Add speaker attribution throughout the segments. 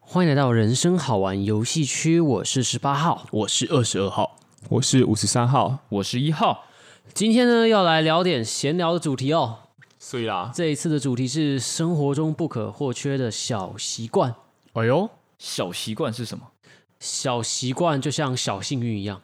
Speaker 1: 欢迎来到人生好玩游戏区，我是十八号。
Speaker 2: 我是二十二号，
Speaker 3: 我是五十三号，
Speaker 2: 我是一号，
Speaker 1: 今天呢，要来聊点闲聊的主题哦。
Speaker 3: 所以啦，
Speaker 1: 这一次的主题是生活中不可或缺的小习惯。
Speaker 3: 哎呦，
Speaker 2: 小习惯是什么？
Speaker 1: 小习惯就像小幸运一样，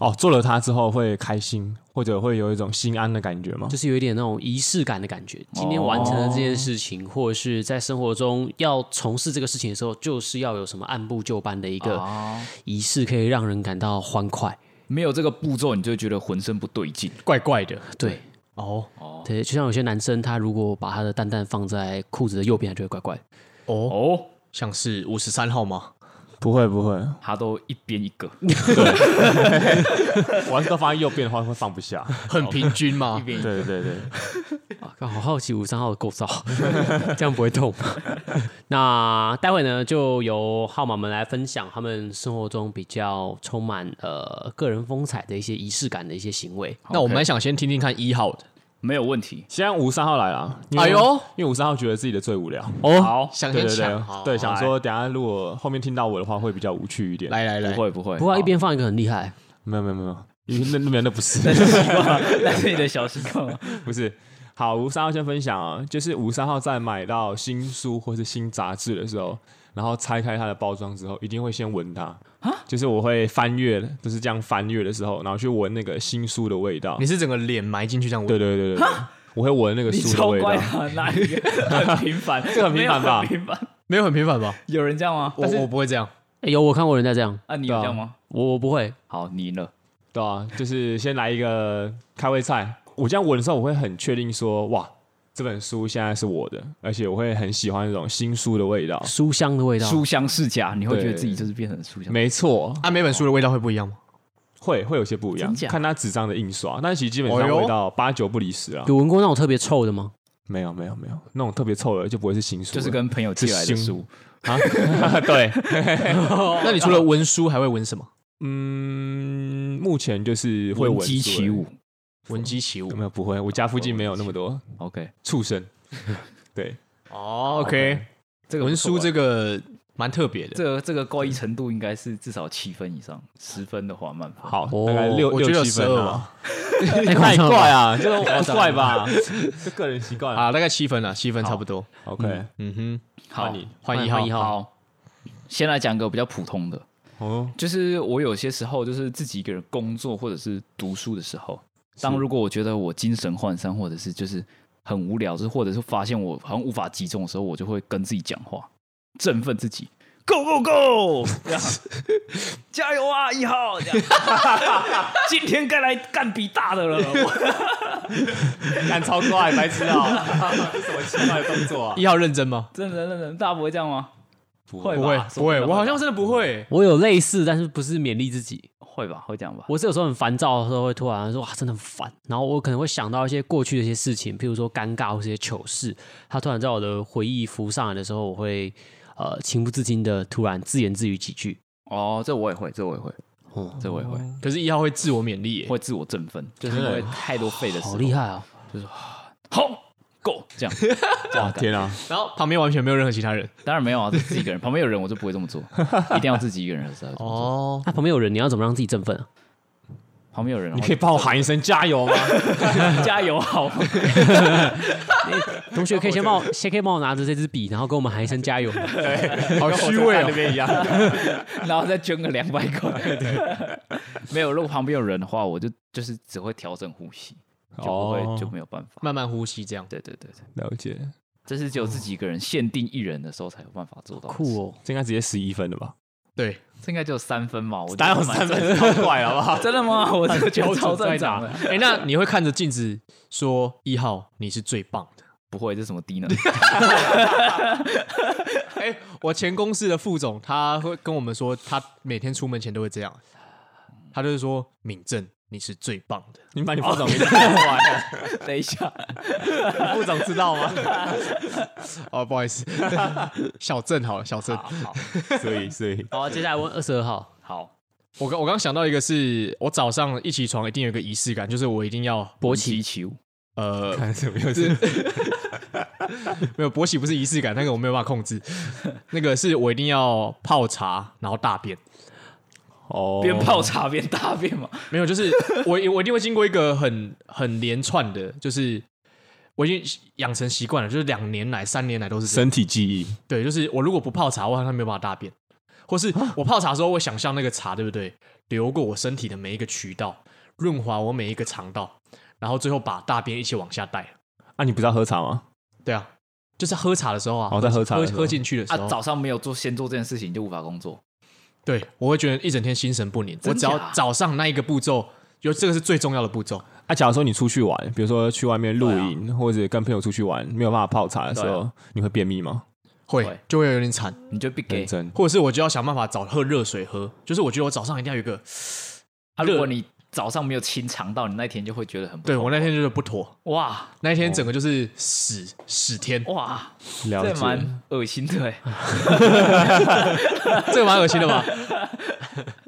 Speaker 3: 哦，做了它之后会开心，或者会有一种心安的感觉吗
Speaker 1: 就？是有一点那种仪式感的感觉。今天完成了这件事情，或者是在生活中要从事这个事情的时候，就是要有什么按部就班的一个
Speaker 2: 啊，
Speaker 1: 仪式，可以让人感到欢快。
Speaker 2: 没有这个步骤，你就会觉得浑身不对劲。
Speaker 4: 怪怪的，
Speaker 1: 对
Speaker 3: 哦，
Speaker 1: 对，就像有些男生，他如果把他的蛋蛋放在裤子的右边，他就会怪怪的。
Speaker 2: 哦，
Speaker 4: 像是五十三号吗？
Speaker 3: 不会不会，
Speaker 2: 他都一边一个，
Speaker 3: 我要是都放在右边的话会放不 下。
Speaker 4: 很平均
Speaker 2: 一
Speaker 4: 吗？
Speaker 2: 边一个。
Speaker 3: 对对对，
Speaker 1: 啊，刚好好奇五三号的构造， 这样不会痛吗？ 那待会呢，就由号码们来分享他们生活中比较充满呃个人风采的一些仪式感的一些行为。
Speaker 4: 那我
Speaker 2: OK
Speaker 4: 蛮想先听听看一号的，
Speaker 2: 没有问题。
Speaker 3: 现在五三号来了，因为
Speaker 4: 哎呦，哦
Speaker 3: 因为五三号觉得自己的最无聊。
Speaker 2: 好，
Speaker 4: 想
Speaker 3: 对对
Speaker 4: 先抢
Speaker 3: 对
Speaker 4: 好，
Speaker 3: 对，想说等一下如果后面听到我的话会比较无趣一点。，
Speaker 4: 来来
Speaker 2: 不
Speaker 4: 来，
Speaker 2: 哎会不会，
Speaker 1: 不过他一边放一个很厉害，
Speaker 3: 没有没有没有，因为那那边那不 是。
Speaker 2: 那是你的小习惯吗。
Speaker 3: 不是。好，吴三号先分享啊，就是吴三号在买到新书或是新杂志的时候，然后拆开它的包装之后，一定会先闻它。
Speaker 2: 啊
Speaker 3: 就是我会翻阅，就是这样翻阅的时候，然后去闻那个新书的味道
Speaker 4: 你。是整个脸埋进去这样
Speaker 3: 对
Speaker 4: 闻，
Speaker 3: 对对对对，我会闻那个
Speaker 2: 你
Speaker 3: 书的
Speaker 2: 超
Speaker 3: 味道
Speaker 2: 乖。啊，哪一个 很频繁？这
Speaker 3: 个很频繁吧
Speaker 2: 很频繁。
Speaker 4: 没有很平凡吧？
Speaker 2: 有人这样吗？
Speaker 4: 我我不会这样，
Speaker 1: 诶哎有我看过人在这样，
Speaker 2: 啊，你有这样吗？
Speaker 1: 我我不会，
Speaker 2: 好，你赢了。
Speaker 3: 对啊，就是先来一个开胃菜。我这样闻的时候，我会很确定说，哇，这本书现在是我的，而且我会很喜欢那种新书的味道。
Speaker 1: 书香的味道，
Speaker 2: 书香世家，你会觉得
Speaker 3: 对
Speaker 2: 自己就是变成书香。
Speaker 3: 没错，
Speaker 4: 啊，每本书的味道会不一样吗？
Speaker 3: 会会有些不一样
Speaker 2: 真，假
Speaker 3: 看它纸张的印刷，但其实基本上
Speaker 4: 哎呦
Speaker 3: 味道八九不离十啊。
Speaker 1: 有闻过那种特别臭的吗？
Speaker 3: 没有没有没有，那种特别臭的就不会是新书了，
Speaker 2: 就是跟朋友借来的
Speaker 3: 是
Speaker 2: 书，
Speaker 3: 啊 对，
Speaker 4: 那你除了闻书还会闻什么？
Speaker 3: 嗯，目前就是会
Speaker 2: 闻
Speaker 3: 闻
Speaker 2: 鸡起舞。
Speaker 4: 闻鸡起舞
Speaker 3: 有没有不会？我家附近没有那么多
Speaker 2: OK，
Speaker 3: 畜生。对，
Speaker 4: 哦，OK，
Speaker 2: 这个
Speaker 4: 闻
Speaker 2: 不错
Speaker 4: 书
Speaker 2: 欸
Speaker 4: 这个蛮特别的，
Speaker 2: 这个这个怪异程度应该是至少七分以上，十分的话慢跑。
Speaker 3: 好，
Speaker 1: 哦
Speaker 3: 大概六
Speaker 4: 我
Speaker 3: 六
Speaker 4: 觉得有
Speaker 3: 七分
Speaker 4: 12
Speaker 3: 啊
Speaker 4: 吧，
Speaker 1: 太
Speaker 3: 太怪
Speaker 1: 啊！
Speaker 3: 啊，这个我怪 吧，这个人习惯啊。
Speaker 4: 啊，大概七分了，七分差不多。
Speaker 3: OK，
Speaker 4: 嗯
Speaker 2: 好，
Speaker 3: 你
Speaker 4: 哼，换一
Speaker 1: 换
Speaker 4: 号
Speaker 1: 一，号
Speaker 2: 好，先来讲个比较普通的，
Speaker 3: 哦，
Speaker 2: 就是我有些时候就是自己一个人工作或者是读书的时候，当如果我觉得我精神涣散，或者是就是很无聊，就是或者是发现我好像无法集中的时候，我就会跟自己讲话，振奋自己，Go Go Go，这 样加油啊，一号，这样 今天该来干笔大的了。我
Speaker 3: 干超怪，白痴啊！ 什么奇怪的动作啊？
Speaker 4: 一号认真吗？
Speaker 2: 真的真的，大家不会这样吗？
Speaker 3: 不
Speaker 2: 会
Speaker 4: 不
Speaker 2: 吧
Speaker 4: 会
Speaker 2: 说
Speaker 4: 不会，
Speaker 2: 真的
Speaker 4: 我好
Speaker 2: 吧
Speaker 4: 像真的不会。
Speaker 1: 我有类似，但是不是勉励自己。
Speaker 2: 会吧，会这样吧。
Speaker 1: 我是有时候很烦躁的时候，会突然说哇，真的很烦。然后我可能会想到一些过去的一些事情，譬如说尴尬或是一些糗事，它突然在我的回忆浮上来的时候，我会呃情不自禁的突然自言自语几句。
Speaker 2: 哦，这我也会，这我也会，
Speaker 1: 哦，
Speaker 2: 这我也会，
Speaker 4: 可是，一号会自我勉励耶，
Speaker 2: 会自我振奋，就是因为太多废的时候
Speaker 1: 好厉害啊！
Speaker 2: 好够这样。
Speaker 3: 哇，天啊！
Speaker 4: 然后旁边完全没有任何其他人。
Speaker 2: 当然没有啊，这是自己一个人，旁边有人我就不会这么做，一定要自己一个人的时候。哦，
Speaker 4: 哦，
Speaker 1: 那、旁边有人，你要怎么让自己振奋 啊？
Speaker 2: 旁边有人，
Speaker 3: 你可以帮我喊一声加 油吗？
Speaker 2: 以加油好。
Speaker 1: 同学可以先帮我，先可以帮我拿着这支笔，然后跟我们喊一声 加油。
Speaker 4: 好虚
Speaker 3: 跟我
Speaker 4: 伪
Speaker 3: 在那
Speaker 4: 哦。
Speaker 3: 边一样。
Speaker 2: 然后再捐个两百块。 没有，如果旁边有人的话，我就就是只会调整呼吸，就不会、
Speaker 3: 哦
Speaker 2: 就没有办法。
Speaker 4: 慢慢呼吸，这样
Speaker 2: 对对对对，
Speaker 3: 了解，
Speaker 2: 这是只有自己一个人限定一人的时候才有办法做到。
Speaker 1: 酷
Speaker 2: 哦，
Speaker 1: 哦！
Speaker 3: 这应该直接十一分了吧？
Speaker 4: 对，
Speaker 2: 这应该就三分吧？我
Speaker 3: 哪
Speaker 2: 当
Speaker 3: 有
Speaker 2: 然
Speaker 3: 三分超怪好不好？
Speaker 2: 真的吗？我这个觉得超
Speaker 4: 标准
Speaker 2: 正
Speaker 4: 在
Speaker 2: 常
Speaker 4: 哪
Speaker 2: 的。？
Speaker 4: 哎，那你会看着镜子说一号你是最棒的。
Speaker 2: 不会，这是什么低能？
Speaker 4: 哎，我前公司的副总他会跟我们说，他每天出门前都会这样，他就是说敏正你是最棒的。
Speaker 3: 你把你副总名字讲出来，
Speaker 2: 等一下，
Speaker 3: 副总知道吗？
Speaker 4: 哦，不好意思， 小郑好了，小郑。
Speaker 3: 所以，所 以
Speaker 1: 好，啊接下来问二十二号，
Speaker 2: 好，
Speaker 4: 我刚我刚想到一个是，我早上一起床一定有一个仪式感，就是我一定要
Speaker 2: 勃起起舞，
Speaker 4: 呃，
Speaker 3: 看什么又是
Speaker 4: 没有勃起不是仪式感，那个我没有办法控制，那个是我一定要泡茶，然后大便。
Speaker 3: 哦，
Speaker 2: 边泡茶边大便嘛，
Speaker 4: 没有，就是我我一定会经过一个很很连串的，就是我已经养成习惯了，就是两年来、三年来都是这样。
Speaker 3: 身体记忆，
Speaker 4: 对，就是我如果不泡茶，我好像没有办法大便，或是
Speaker 3: 啊
Speaker 4: 我泡茶的时候，我想象那个茶，对不对？流过我身体的每一个渠道，润滑我每一个肠道，然后最后把大便一起往下带。
Speaker 3: 啊，你不是要喝茶吗？
Speaker 4: 对啊，就是喝茶的时候啊，
Speaker 3: 哦在喝茶
Speaker 4: 喝
Speaker 3: 的时候
Speaker 4: 喝进去的时
Speaker 2: 啊
Speaker 4: 候，，
Speaker 2: 早上没有做先做这件事情就无法工作，
Speaker 4: 对我会觉得一整天心神不宁。我
Speaker 2: 真
Speaker 4: 只
Speaker 2: 假
Speaker 4: 要早上那一个步骤，就这个是最重要的步骤。
Speaker 3: 啊，假如说你出去玩，比如说去外面露营、或者跟朋友出去玩，没有办法泡茶的时候，
Speaker 2: 啊对啊
Speaker 3: 你会便秘吗？
Speaker 4: 会
Speaker 2: 会
Speaker 4: 就会有点惨，
Speaker 2: 你就必给
Speaker 3: 认。真，
Speaker 4: 或者是我就要想办法找喝热水喝，就是我觉得我早上一定要有一个，
Speaker 2: 啊，如果你早上没有清肠道，你那天就会觉得很不
Speaker 4: 对我那天就是不妥，
Speaker 2: 哇
Speaker 4: 那一天
Speaker 3: 哦
Speaker 4: 整个就是屎屎天，
Speaker 2: 哇，
Speaker 3: 了
Speaker 2: 这
Speaker 3: 解。
Speaker 2: 蛮恶心的哎。
Speaker 4: 这个蛮恶心 的吧？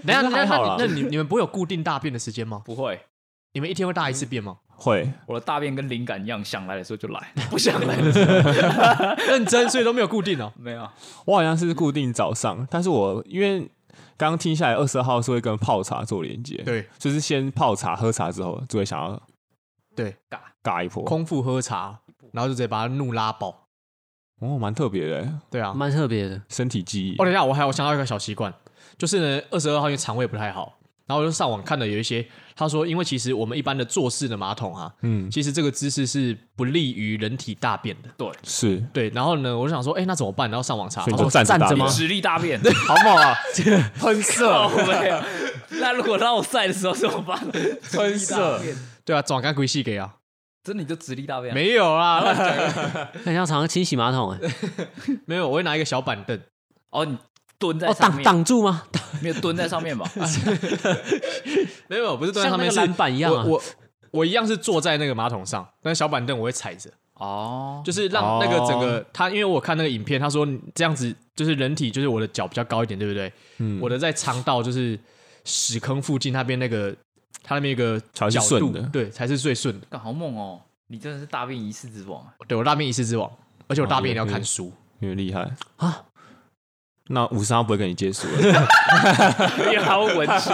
Speaker 4: 等
Speaker 3: 那
Speaker 4: 一下，
Speaker 3: 还
Speaker 4: 那
Speaker 3: 好啦
Speaker 4: 那那你你们不会有固定大便的时间吗？
Speaker 2: 不会，
Speaker 4: 你们一天会大一次便吗？
Speaker 3: 会，
Speaker 2: 我的大便跟灵感一样，想来的时候就来，不想来的时候
Speaker 4: 认真，所以都没有固定哦。
Speaker 2: 没有。
Speaker 3: 我好像是固定早上，但是我因为刚刚听下来，二十号是会跟泡茶做连接，，
Speaker 4: 对
Speaker 3: 就是先泡茶喝茶之后，就会想要
Speaker 4: 对，
Speaker 3: 尬一波，
Speaker 4: 空腹喝茶，然后就直接把它怒拉爆。
Speaker 3: 哦，蛮特别的，
Speaker 4: 对啊，
Speaker 1: 蛮特别的。
Speaker 3: 身体记忆
Speaker 4: 哦，，等一下，我还有想到一个小习惯，就是呢，二十二号因为肠胃不太好，然后我就上网看了有一些，他说因为其实我们一般的坐式的马桶啊，
Speaker 3: 嗯，
Speaker 4: 其实这个姿势是不利于人体大便的。
Speaker 2: 对，
Speaker 3: 是
Speaker 4: 对，然后呢，我就想说，哎，那怎么办？然后上网查，
Speaker 3: 所以你
Speaker 4: 他
Speaker 3: 就
Speaker 4: 说
Speaker 3: 站着
Speaker 1: 站
Speaker 3: 大
Speaker 1: 着吗
Speaker 3: 便
Speaker 2: 直立大便，
Speaker 3: 好猛 啊！喷射，
Speaker 2: 靠背啊 那如果让我晒的时候怎么办？喷射，
Speaker 4: 对啊，转干归系给啊，
Speaker 2: 真的你就直立大便啊？
Speaker 4: 没有啦，乱讲
Speaker 1: 很像常常清洗马桶哎、
Speaker 4: 没有，我会拿一个小板凳，
Speaker 2: 哦，你蹲在
Speaker 1: 哦
Speaker 2: 上
Speaker 1: 挡
Speaker 2: 面，
Speaker 1: 挡住吗？
Speaker 2: 没有蹲在上面吧？
Speaker 4: 没有，不是蹲
Speaker 1: 像
Speaker 4: 在上
Speaker 1: 那
Speaker 4: 面，
Speaker 1: 个
Speaker 4: 是
Speaker 1: 篮板一样啊
Speaker 4: 我我我一样是坐在那个马桶上，但是小板凳我会踩着，
Speaker 2: 哦，
Speaker 4: 就是让那个整个他，因为我看那个影片，他说你这样子就是人体就是我的脚比较高一点，对不对？
Speaker 3: 嗯
Speaker 4: 我的在肠道就是屎坑附近那边那个，它那边有一个
Speaker 3: 才
Speaker 4: 角
Speaker 3: 是顺
Speaker 4: 度
Speaker 3: 的，
Speaker 4: 对，才是最顺的。
Speaker 2: 干好猛哦！你真的是大便仪式之王啊！
Speaker 4: 对我大便一次之王，而且我大便一定要
Speaker 3: 哦
Speaker 4: 看书。
Speaker 3: 有点厉害
Speaker 1: 啊。
Speaker 3: 那五十号不会跟你接触 了，
Speaker 2: 因为还会啊文书，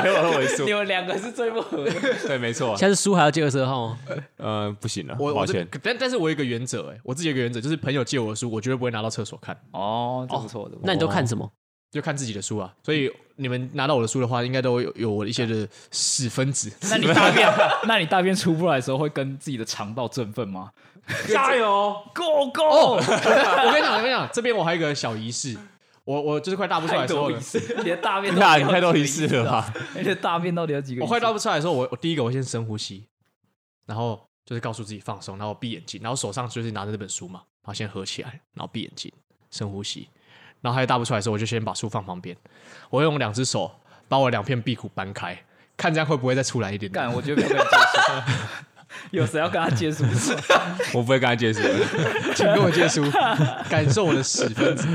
Speaker 3: 没有尾数
Speaker 2: 你们两个是最不合的。
Speaker 3: 对，没错，
Speaker 1: 下次书还要借二十二号吗？
Speaker 3: 呃，不行了，
Speaker 4: 我
Speaker 3: 抱
Speaker 4: 我这
Speaker 3: 歉，
Speaker 4: 但但是我有一个原则，哎，我自己有一个原则，就是朋友借我的书，我绝对不会拿到厕所看，
Speaker 2: 哦，这不错的。
Speaker 1: 那你都看什么？
Speaker 4: 就看自己的书啊。所以你们拿到我的书的话，应该都有有我的一些的屎分子。
Speaker 2: 哦 那你大便， 那你大便出不来的时候会跟自己的肠道振奋 吗？
Speaker 3: 加 油！
Speaker 2: Go
Speaker 4: 哦，
Speaker 2: Go！
Speaker 4: 我跟你讲，我跟你讲，这边我还有一个小仪式，我我就是快大不出来
Speaker 2: 太
Speaker 4: 的时候
Speaker 2: 多
Speaker 4: 呢
Speaker 2: 仪，式，你的大便
Speaker 3: 你看，
Speaker 2: 到底有几
Speaker 3: 你
Speaker 2: 个
Speaker 3: 太多仪式了
Speaker 2: 啊？
Speaker 3: 吧？
Speaker 2: 你的大便到底有几个？啊
Speaker 4: 我快大不出来的时候，我我第一个我先深呼吸，然后就是告诉自己放松，然后闭眼睛，然后手上就是拿着这本书嘛，然后先合起来，然后闭眼睛，深呼吸，然后还有大不出来的时候，我就先把书放旁边，我会用两只手把我两片壁虎搬开，看这样会不会再出来一点点
Speaker 2: 干，。我觉得不要跟你 接触。有谁要跟他接触？
Speaker 3: 我不会跟他接触 了。
Speaker 4: 请跟我借书， 感受我的屎分子。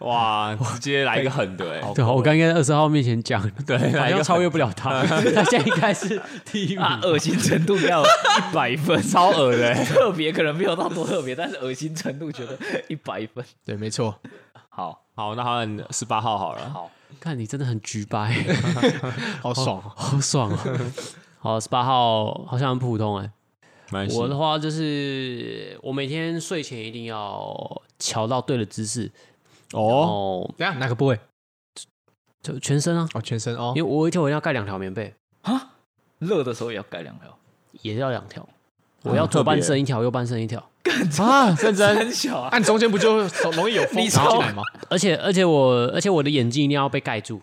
Speaker 3: 哇，直接来一个狠的 哎！
Speaker 1: 对，我刚刚在二十号面前讲，
Speaker 3: 对，
Speaker 1: 好
Speaker 3: 来一
Speaker 1: 像
Speaker 3: 个
Speaker 1: 超越不了他，他现在应该是第一名。
Speaker 2: 啊，恶心程度要一百分，
Speaker 3: 超恶的欸，
Speaker 2: 特别可能没有到多特别，但是恶心程度觉得一百分。
Speaker 4: 对，没错，
Speaker 2: 好，
Speaker 3: 好，那好像十八号好了。
Speaker 2: 好，
Speaker 1: 看你真的很局掰，
Speaker 4: 好爽哦。
Speaker 1: 好爽哦。好，十八号好像很普通哎、
Speaker 3: 没关系
Speaker 1: 我的话就是，我每天睡前一定要瞧到对的姿势，
Speaker 3: 哦，
Speaker 1: 哦，
Speaker 4: 等一下哪个部位？
Speaker 1: 就全身啊，
Speaker 4: 哦，全身哦
Speaker 1: 因。为我一天我一定要盖两条棉被，
Speaker 2: 热的时候也要盖两 条，
Speaker 1: 也要两条，我要左半身一条，右半身一条，
Speaker 3: 啊，认真，
Speaker 2: 很小啊。
Speaker 4: 按、你中间不就容易有风
Speaker 2: 你
Speaker 4: 然后进
Speaker 2: 超
Speaker 4: 来吗？
Speaker 1: 而且而且我而且我的眼睛一定要被盖住，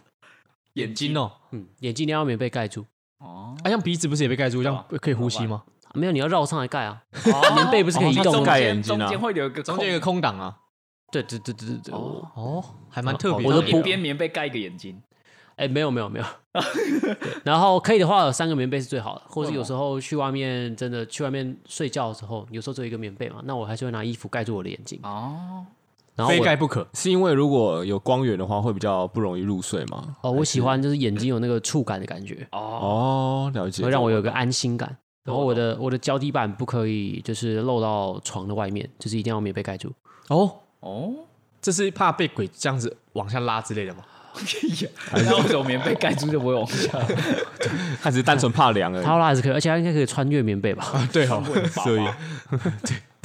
Speaker 2: 眼
Speaker 4: 睛哦，
Speaker 1: 嗯，眼睛一定要棉被盖住，
Speaker 2: 哦，
Speaker 4: 啊，像鼻子不是也被盖住，这样可以呼吸吗？
Speaker 1: 没有你要绕上来盖啊，棉
Speaker 2: 棉
Speaker 1: 被不是可以移动的
Speaker 2: 哦中
Speaker 1: 吗？
Speaker 3: 盖
Speaker 2: 间
Speaker 3: 眼睛啊
Speaker 2: 中间会留一个
Speaker 4: 中间有一
Speaker 2: 有
Speaker 4: 个空档啊。
Speaker 1: 对对对对对对，我
Speaker 4: 哦，还蛮特别。
Speaker 1: 我
Speaker 2: 我
Speaker 1: 的
Speaker 2: 的
Speaker 1: 脖
Speaker 2: 一边棉被盖一个眼睛，
Speaker 1: 哎、没有没有没有。 对然后可以的话，有三个棉被是最好的，或是有时候去外面真的去外面睡觉的时候，有时候只有一个棉被嘛，那我还是会拿衣服盖住我的眼睛。
Speaker 2: 哦，
Speaker 1: 然后
Speaker 4: 非
Speaker 1: 我
Speaker 4: 盖不可。
Speaker 3: 是因为如果有光源的话，会比较不容易入睡嘛？
Speaker 1: 哦，我喜欢就是眼睛有那个触感的感觉，
Speaker 2: 哦，
Speaker 3: 哦，了解
Speaker 1: 会。让我有个安心感。然后我的我的脚底板不可以就是露到床的外面，就是一定要用棉被盖住。
Speaker 4: 哦，
Speaker 2: 哦，
Speaker 4: 这是怕被鬼这样子往下拉之类的吗？
Speaker 2: 那为什么棉被盖住就不会啊往下？
Speaker 3: 他只是单纯怕凉而已。
Speaker 1: 他拉还是可以，而且他应该可以穿越棉被吧？
Speaker 4: 对哦，
Speaker 3: 所以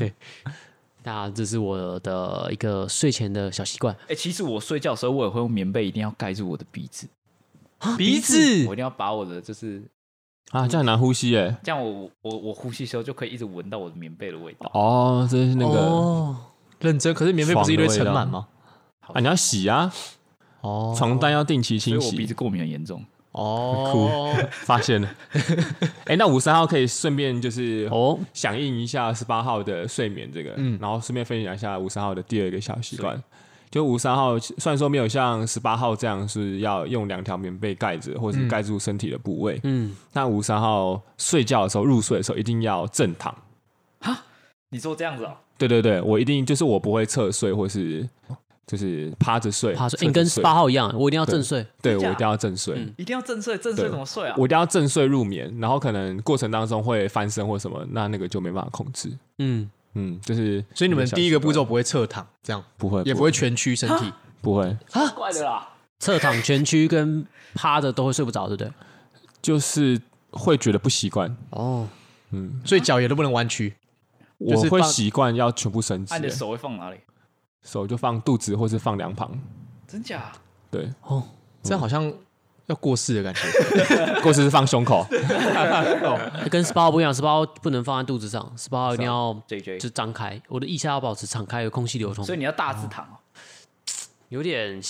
Speaker 1: 那这是我的一个睡前的小习惯。
Speaker 2: 哎、其实我睡觉的时候，我也会用棉被，一定要盖住我的鼻子。
Speaker 1: 啊鼻子
Speaker 2: 我一定要把我的就是
Speaker 3: 啊，这样很难呼吸哎。
Speaker 2: 这样我，我我呼吸的时候就可以一直闻到我的棉被的味道。
Speaker 3: 哦，这是那个
Speaker 4: 哦，认真。可是棉被不是一堆尘螨吗？
Speaker 3: 啊，你要洗啊，
Speaker 4: 哦，
Speaker 3: 床单要定期
Speaker 2: 所以
Speaker 3: 清
Speaker 2: 我鼻
Speaker 3: 洗。
Speaker 2: 子过敏很严重。
Speaker 4: 哦，
Speaker 3: 发 现了，哎，那五三号可以顺便就是
Speaker 1: 哦，
Speaker 3: 响应一下十八号的睡眠这个，
Speaker 4: 嗯
Speaker 3: 然后顺便分享一下五三号的第二个小习惯。就五三号虽然说没有像十八号这样是要用两条棉被盖着，或者是盖住身体的部位，
Speaker 1: 嗯，
Speaker 3: 那五三号睡觉的时候入睡的时候一定要正躺。
Speaker 2: 你说这样子啊、
Speaker 3: 对对对，我一定就是我不会侧睡或是就是趴着睡，
Speaker 1: 他说：“哎，
Speaker 3: 侧着
Speaker 1: 你跟
Speaker 3: 睡
Speaker 1: 十八号一样，我一定要正睡。
Speaker 3: 对
Speaker 2: 真
Speaker 3: 我
Speaker 2: 假
Speaker 3: 一定要正睡。
Speaker 1: 嗯
Speaker 2: 一定要正睡，正睡
Speaker 3: 对
Speaker 2: 怎么睡啊？
Speaker 3: 我一定要正睡入眠，然后可能过程当中会翻身或什么，那那个就没办法控制。”
Speaker 1: 嗯，
Speaker 3: 嗯，就是
Speaker 4: 所以你们第一个步骤不会侧躺，这样
Speaker 3: 不会，
Speaker 4: 也不
Speaker 3: 会，
Speaker 4: 会蜷曲身体。
Speaker 3: 不会，
Speaker 2: 啊，怪的啦。
Speaker 1: 侧躺、蜷曲跟趴着都会睡不着，对不对？
Speaker 3: 就是会觉得不习惯。
Speaker 1: 哦，
Speaker 3: 嗯，
Speaker 4: 所以脚也都不能弯曲。
Speaker 3: 我
Speaker 4: 就是
Speaker 3: 会
Speaker 4: 放
Speaker 3: 习惯要全部伸直
Speaker 2: 啊，你的
Speaker 3: 欸，
Speaker 2: 手会放哪里？
Speaker 3: 手就放肚子或是放两旁。
Speaker 2: 真假？
Speaker 3: 对，
Speaker 1: 哦
Speaker 4: 这好像要过世 的感觉。
Speaker 3: 或者是放胸口。
Speaker 1: 跟十八号不一样，十八号不能放在肚子上，十八号一定要
Speaker 2: J J，
Speaker 1: 就张开，我的腋下要保持敞开，有空气流通
Speaker 2: 所，以你要大字躺、啊，
Speaker 1: 有点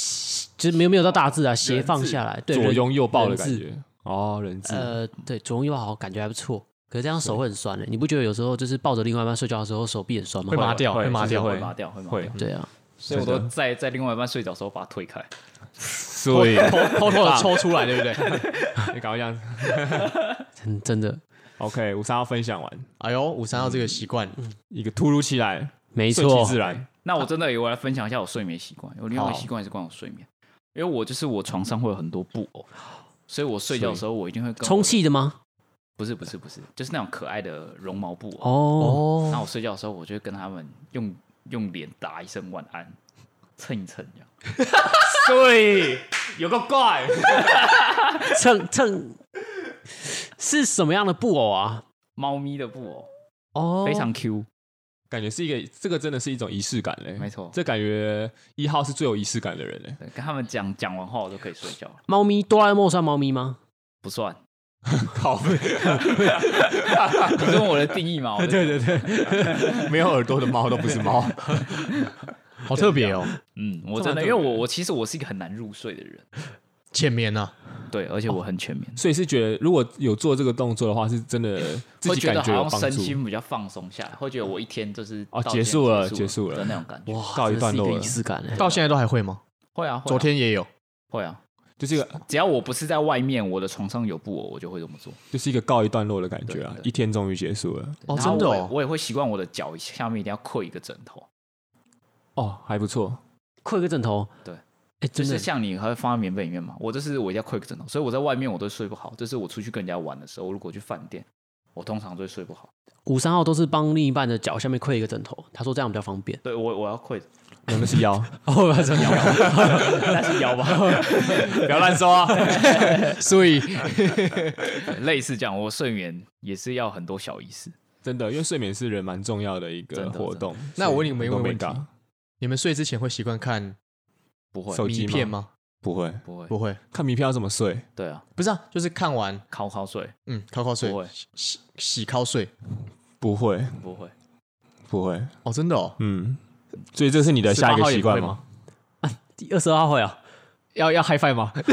Speaker 1: 就是没有没有到大字啊，斜放下来，对，
Speaker 3: 左
Speaker 1: 人
Speaker 3: 拥右抱的感
Speaker 1: 人字
Speaker 3: 觉。哦，人字，
Speaker 1: 呃，对，左拥右抱感觉还不错，可是这样手会很酸的，你不觉得有时候就是抱着另外一半睡觉的时候手臂很酸吗
Speaker 4: 会？麻掉
Speaker 3: 会
Speaker 4: 会麻掉
Speaker 3: 就是
Speaker 2: 会麻掉，会麻
Speaker 3: 会
Speaker 2: 掉。
Speaker 1: 对啊，
Speaker 2: 所以我都在在另外一半睡着的时候把它推开。
Speaker 3: 所 以
Speaker 4: 偷偷的抽出来，对不对？
Speaker 3: 你搞这样。
Speaker 1: 真真的
Speaker 3: OK，五三要分享完
Speaker 4: 哎呦，五三号这个习惯，
Speaker 3: 一个突如其来，
Speaker 1: 没
Speaker 3: 顺其
Speaker 1: 错，
Speaker 3: 自然。
Speaker 2: 那我真的有我来分享一下我睡眠习惯。我另外一个
Speaker 3: 好
Speaker 2: 习惯也是关于我睡眠，因为我就是我床上会有很多布偶，所以我睡觉的时候我一定会跟我
Speaker 1: 充，气的吗？
Speaker 2: 不是不是不是，就是那种可爱的绒毛布偶。
Speaker 1: 哦，
Speaker 2: 那我睡觉的时候，我就会跟他们用用脸打一声晚安，蹭一蹭这样。
Speaker 3: 对，有个怪，
Speaker 1: 蹭蹭是什么样的布偶啊？
Speaker 2: 猫咪的布偶
Speaker 1: 哦，
Speaker 2: 非常 Q，
Speaker 3: 感觉是一个，这个真的是一种仪式感嘞。
Speaker 2: 没错
Speaker 3: 这感觉一号是最有仪式感的人嘞。
Speaker 2: 对跟他们讲讲完话我就可以睡觉了，
Speaker 1: 猫咪，哆啦 A 梦算猫咪吗？
Speaker 2: 不算。
Speaker 3: 靠，
Speaker 2: 你问我的定义嘛？我
Speaker 3: 对
Speaker 2: 对，
Speaker 3: 对， 没有耳朵的猫都不是猫。
Speaker 4: 好特别哦，
Speaker 2: 嗯，我真的，因为我我其实我是一个很难入睡的人，
Speaker 4: 浅眠啊呐。
Speaker 2: 对，而且我很全面，
Speaker 3: 所以是觉得，如果有做这个动作的话，是真的自
Speaker 2: 会
Speaker 3: 己
Speaker 2: 觉
Speaker 3: 感
Speaker 2: 得
Speaker 3: 觉有
Speaker 2: 好
Speaker 3: 帮
Speaker 2: 像身
Speaker 3: 助。
Speaker 2: 心比较放松下来，会觉得我一天就是
Speaker 3: 哦结
Speaker 2: 到今天
Speaker 3: 束了
Speaker 2: 结
Speaker 3: 结束了
Speaker 2: 的那种感觉。
Speaker 1: 哇，
Speaker 3: 告一
Speaker 1: 真的
Speaker 3: 段
Speaker 1: 是一
Speaker 3: 落
Speaker 1: 个
Speaker 3: 了
Speaker 1: 仪式感
Speaker 3: 啊
Speaker 1: 哎。
Speaker 4: 到现在都还会吗？
Speaker 2: 会啊，会啊
Speaker 4: 昨天也有，
Speaker 2: 会啊，
Speaker 3: 就是一个
Speaker 2: 只要我不是在外面，我的床上有布偶，我就会这么做。
Speaker 3: 就是一个告一段落的感觉啊
Speaker 2: 对！对
Speaker 3: 一天终于结束了，
Speaker 4: 哦，
Speaker 2: 然后
Speaker 4: 真的
Speaker 2: 我也
Speaker 4: 哦，
Speaker 2: 我也会习惯我的脚下面一定要跪一个枕头，
Speaker 3: 哦，还不错。
Speaker 1: 扣一个枕头，
Speaker 2: 对
Speaker 1: 哎，
Speaker 2: 就
Speaker 1: 真
Speaker 2: 是
Speaker 1: 的
Speaker 2: 像你还会放在棉被里面嘛。我这是我一定要跪一个枕头，所以我在外面我都睡不好。这是我出去跟人家玩的时候，如果去饭店，我通常都会睡不好。
Speaker 1: 五三号都是帮另一半的脚下面扣一个枕头，他说这样比较方便。
Speaker 2: 对我我要跪，
Speaker 3: 那那是腰，
Speaker 1: 哦，不是
Speaker 2: 那是腰吧？
Speaker 3: 不要乱说啊！
Speaker 4: 所以
Speaker 2: 类似这样，我睡眠也是要很多小仪式。
Speaker 3: 真的，因为睡眠是人蛮重要的一
Speaker 2: 真
Speaker 3: 个
Speaker 2: 的
Speaker 3: 活动。
Speaker 4: 那我问你们一个
Speaker 3: 都没
Speaker 4: 问题
Speaker 3: 搞
Speaker 4: 你们睡之前会习惯看
Speaker 2: 不会，
Speaker 3: 手机
Speaker 4: 迷
Speaker 3: 吗
Speaker 4: 片吗？
Speaker 3: 不会
Speaker 2: 不会，
Speaker 4: 不会，
Speaker 3: 看名片要怎么睡？
Speaker 2: 对啊，
Speaker 4: 不是啊，就是看完
Speaker 2: 考考睡
Speaker 4: 嗯，靠靠睡
Speaker 2: 不会，
Speaker 4: 洗洗靠睡
Speaker 3: 不会，
Speaker 2: 不会，
Speaker 3: 不会。
Speaker 4: 哦，真的哦，
Speaker 3: 嗯，所以这是你的下一
Speaker 4: 18
Speaker 3: 个
Speaker 4: 号也
Speaker 3: 习
Speaker 4: 不会
Speaker 3: 惯吗？
Speaker 4: 吗？
Speaker 1: 第二十二号会啊，
Speaker 4: 要要 high five 吗？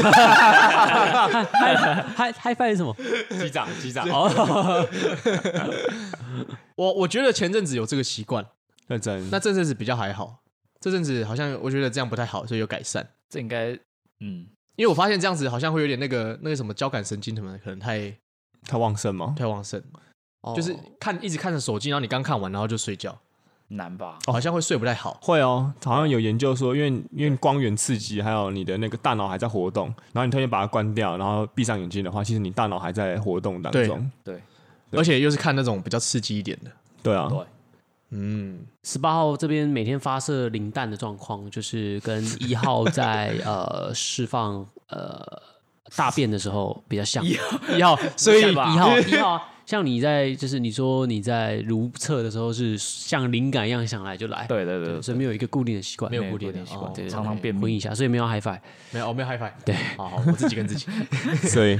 Speaker 1: 嗨嗨翻是什么？
Speaker 3: 机长，机长，
Speaker 4: 哦我我觉得前阵子有这个习惯，
Speaker 3: 认真。
Speaker 4: 那这阵子比较还好，这阵子好像我觉得这样不太好，所以有改善。
Speaker 2: 这应该嗯，
Speaker 4: 因为我发现这样子好像会有点那个那个什么交感神经什么的，可能太
Speaker 3: 太旺盛吗？
Speaker 4: 太旺盛，
Speaker 1: 哦
Speaker 4: 就是看一直看着手机，然后你刚看完，然后就睡觉，
Speaker 2: 难吧？
Speaker 4: 好像会睡不太好。
Speaker 3: 会哦，好像有研究说，因为因为光源刺激，还有你的那个大脑还在活动，然后你特别把它关掉，然后闭上眼睛的话，其实你大脑还在活动当中。
Speaker 2: 对，
Speaker 4: 而且又是看那种比较刺激一点的。
Speaker 3: 对啊，
Speaker 4: 嗯，
Speaker 1: 十八号这边每天发射磷弹的状况，就是跟一号在呃释放呃大便的时候比较像。一
Speaker 4: 一号，所以
Speaker 1: 一号一号啊，像你在就是你说你在如厕的时候是像灵感一样想来就来，
Speaker 2: 对对对
Speaker 1: 所以没有一个固定的习惯，
Speaker 4: 没有
Speaker 2: 没有
Speaker 4: 固
Speaker 2: 固
Speaker 4: 定
Speaker 2: 定
Speaker 4: 的
Speaker 2: 习惯
Speaker 4: 哦
Speaker 1: 对对
Speaker 2: 常常便秘
Speaker 1: 混一下，所以没有 high five。
Speaker 4: 没有，我没有 high five。对， 好好，我自己跟 自己
Speaker 3: 所以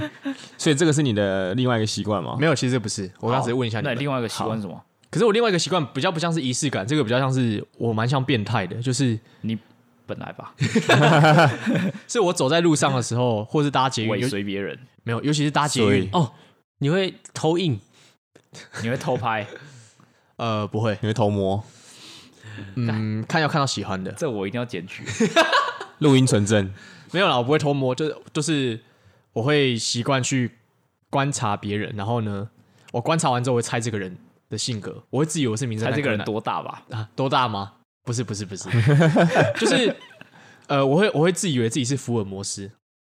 Speaker 3: 所以这个是你的另外一个习惯嘛？
Speaker 4: 没有，其实不是，我刚才只是问一下你
Speaker 2: 那
Speaker 4: 们。
Speaker 2: 另外一个习惯是什么？
Speaker 4: 可是我另外一个习惯比较不像是仪式感，这个比较像是我蛮像变态的，就是
Speaker 2: 你本来吧，
Speaker 4: 是我走在路上的时候，或是搭捷运，
Speaker 2: 尾
Speaker 4: 尤
Speaker 2: 随别人，
Speaker 4: 没有，尤其是搭捷
Speaker 3: 所
Speaker 4: 运
Speaker 3: 以，
Speaker 1: 哦，你会投影，
Speaker 2: 你会偷 拍，
Speaker 4: 呃，不会，
Speaker 3: 你会偷摸
Speaker 4: 嗯，看要看到喜欢的，
Speaker 2: 这我一定要检举。
Speaker 3: 录音存证，
Speaker 4: 没有啦，我不会偷摸，就是就是我会习惯去观察别人，然后呢，我观察完之后我会猜这个人的性格，我会自以为我是名侦
Speaker 2: 他
Speaker 4: 探
Speaker 2: 这个
Speaker 4: 柯
Speaker 2: 人
Speaker 4: 南
Speaker 2: 多大吧？
Speaker 4: 啊多大吗？不是不是不 是，就是呃，我会 我会自以为自己是福尔摩斯，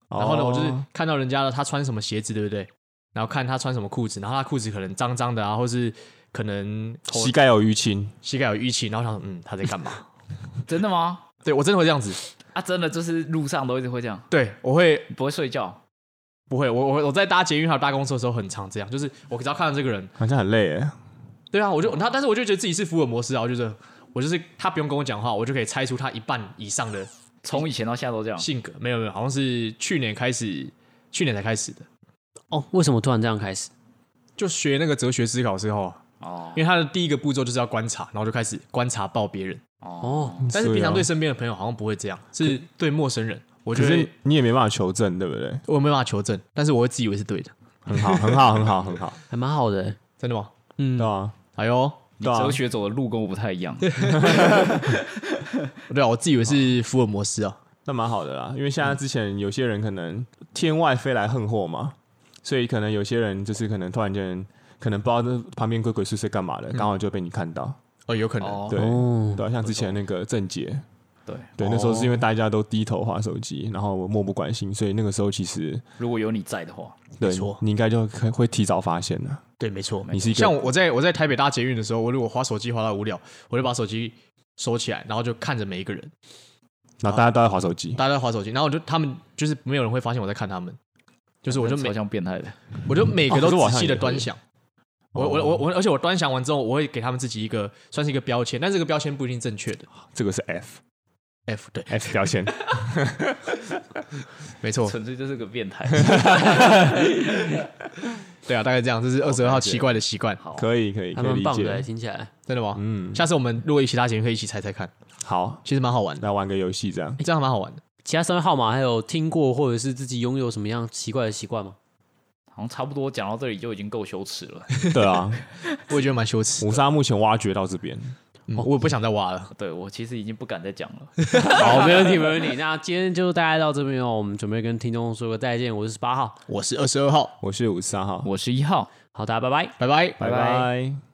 Speaker 4: 然后呢，我就是
Speaker 3: 哦
Speaker 4: 看到人家的他穿什么鞋子，对不对？然后看他穿什么裤子，然后他裤子可能脏脏的啊，或是可能头
Speaker 3: 膝盖有淤青，
Speaker 4: 膝盖有淤青，然后想嗯他在干嘛？
Speaker 2: 真的吗？
Speaker 4: 对我真的会这样子，
Speaker 2: 啊，真的就是路上都一直会这样，
Speaker 4: 对我会
Speaker 2: 你不会睡觉，
Speaker 4: 不会我我我在搭捷运还有搭公车的时候很常这样，就是我只要看到这个人，
Speaker 3: 好像很累诶。
Speaker 4: 对啊，我就他但是我就觉得自己是福尔摩斯啊，我就觉得我就是他不用跟我讲话，我就可以猜出他一半以上的
Speaker 2: 从以前到现在都这样。
Speaker 4: 性格。没有没有，好像是去年开始，去年才开始的，
Speaker 1: 哦，为什么突然这样开始？
Speaker 4: 就学那个哲学思考之后啊，
Speaker 2: 哦
Speaker 4: 因为他的第一个步骤就是要观察，然后就开始观察爆别人。
Speaker 2: 哦，
Speaker 1: 哦，
Speaker 4: 但是平常对
Speaker 3: 对啊，
Speaker 4: 身边的朋友好像不会这样，是对陌生人，我觉
Speaker 3: 可
Speaker 4: 得
Speaker 3: 是你也没办法求证，对不对？
Speaker 4: 我没办法求证，但是我会自以为是对的，
Speaker 3: 很好，很好，很好，很好，
Speaker 1: 还蛮好的欸。
Speaker 4: 真的吗？
Speaker 3: 对
Speaker 1: 嗯，
Speaker 3: 啊，
Speaker 4: 哎呦，
Speaker 2: 你
Speaker 3: 对啊
Speaker 2: 哲学走的路跟我不太一样。
Speaker 4: 对啊，我自以为是福尔摩斯啊，
Speaker 3: 那蛮好的啦，因为
Speaker 4: 嗯
Speaker 3: 现在之前有些人可能天外飞来横祸嘛，所以可能有些人就是可能突然间可能不知道这旁边鬼鬼祟祟干
Speaker 4: 嗯
Speaker 3: 嘛的，刚好就被你看到，
Speaker 4: 哦，有可能，
Speaker 2: 哦，
Speaker 3: 对。
Speaker 4: 嗯
Speaker 1: 哦，
Speaker 3: 对啊，像之前那个郑杰，
Speaker 2: 对，
Speaker 3: 对，那时候是
Speaker 4: 哦
Speaker 3: 因为大家都低头划手机，然后我漠不关心，所以那个时候其实
Speaker 2: 如果有你在的话，
Speaker 3: 对
Speaker 4: 没错
Speaker 3: 你应该就可会提早发现了。
Speaker 4: 对，没错，
Speaker 3: 你是一个
Speaker 4: 像我在我在台北搭捷运的时候，我如果滑手机滑到无聊，我就把手机收起来，然后就看着每一个人，
Speaker 3: 然后大家都在划手机，
Speaker 4: 大家在滑手机，然后我就他们就是没有人会发现我在看他们，就是我就每
Speaker 2: 超像变态的。
Speaker 4: 我就每
Speaker 3: 哦
Speaker 4: 个
Speaker 3: 可是我
Speaker 4: 都
Speaker 3: 好
Speaker 4: 仔
Speaker 3: 像
Speaker 4: 细的
Speaker 3: 也会
Speaker 4: 端详。我我我我，而且我端详完之后，我会给他们自己一个算是一个标签，但这个标签不一定正确的。
Speaker 3: 这个是 F
Speaker 4: F 对，
Speaker 3: F 标签，
Speaker 4: 哦没错，
Speaker 2: 纯粹就是个变 态。
Speaker 4: 对啊，大概这样，这是二十二号奇怪的习惯，
Speaker 2: 好，
Speaker 3: 可以可以
Speaker 1: 还
Speaker 3: 可以
Speaker 1: 蛮
Speaker 3: 理
Speaker 1: 棒的欸，
Speaker 3: 解。
Speaker 1: 听起来。
Speaker 4: 真的吗？
Speaker 3: 嗯，
Speaker 4: 下次我们如果一起搭捷运，可以一起猜猜看，
Speaker 3: 好，
Speaker 4: 其实蛮好玩的，
Speaker 3: 来玩个游戏这样。
Speaker 4: 这样还蛮好玩的。
Speaker 1: 其他三位号码还有听过或者是自己拥有什么样奇怪的习 惯吗？
Speaker 2: 好像差不多讲到这里就已经够羞耻了。
Speaker 3: 对啊，
Speaker 4: 我也觉得蛮羞耻，
Speaker 3: 五杀目前挖掘到这边，
Speaker 4: 嗯我也不想再挖了。
Speaker 2: 对我其实已经不敢再讲了。
Speaker 1: 好，没问题，没问题。那今天就大概到这边哦，我们准备跟听众说个再见。我是十八号，
Speaker 4: 我是二十二号，
Speaker 3: 我是五十三号，
Speaker 2: 我是一号。
Speaker 1: 好，大家拜拜。
Speaker 4: 拜拜。
Speaker 3: 拜
Speaker 2: 拜
Speaker 3: 拜。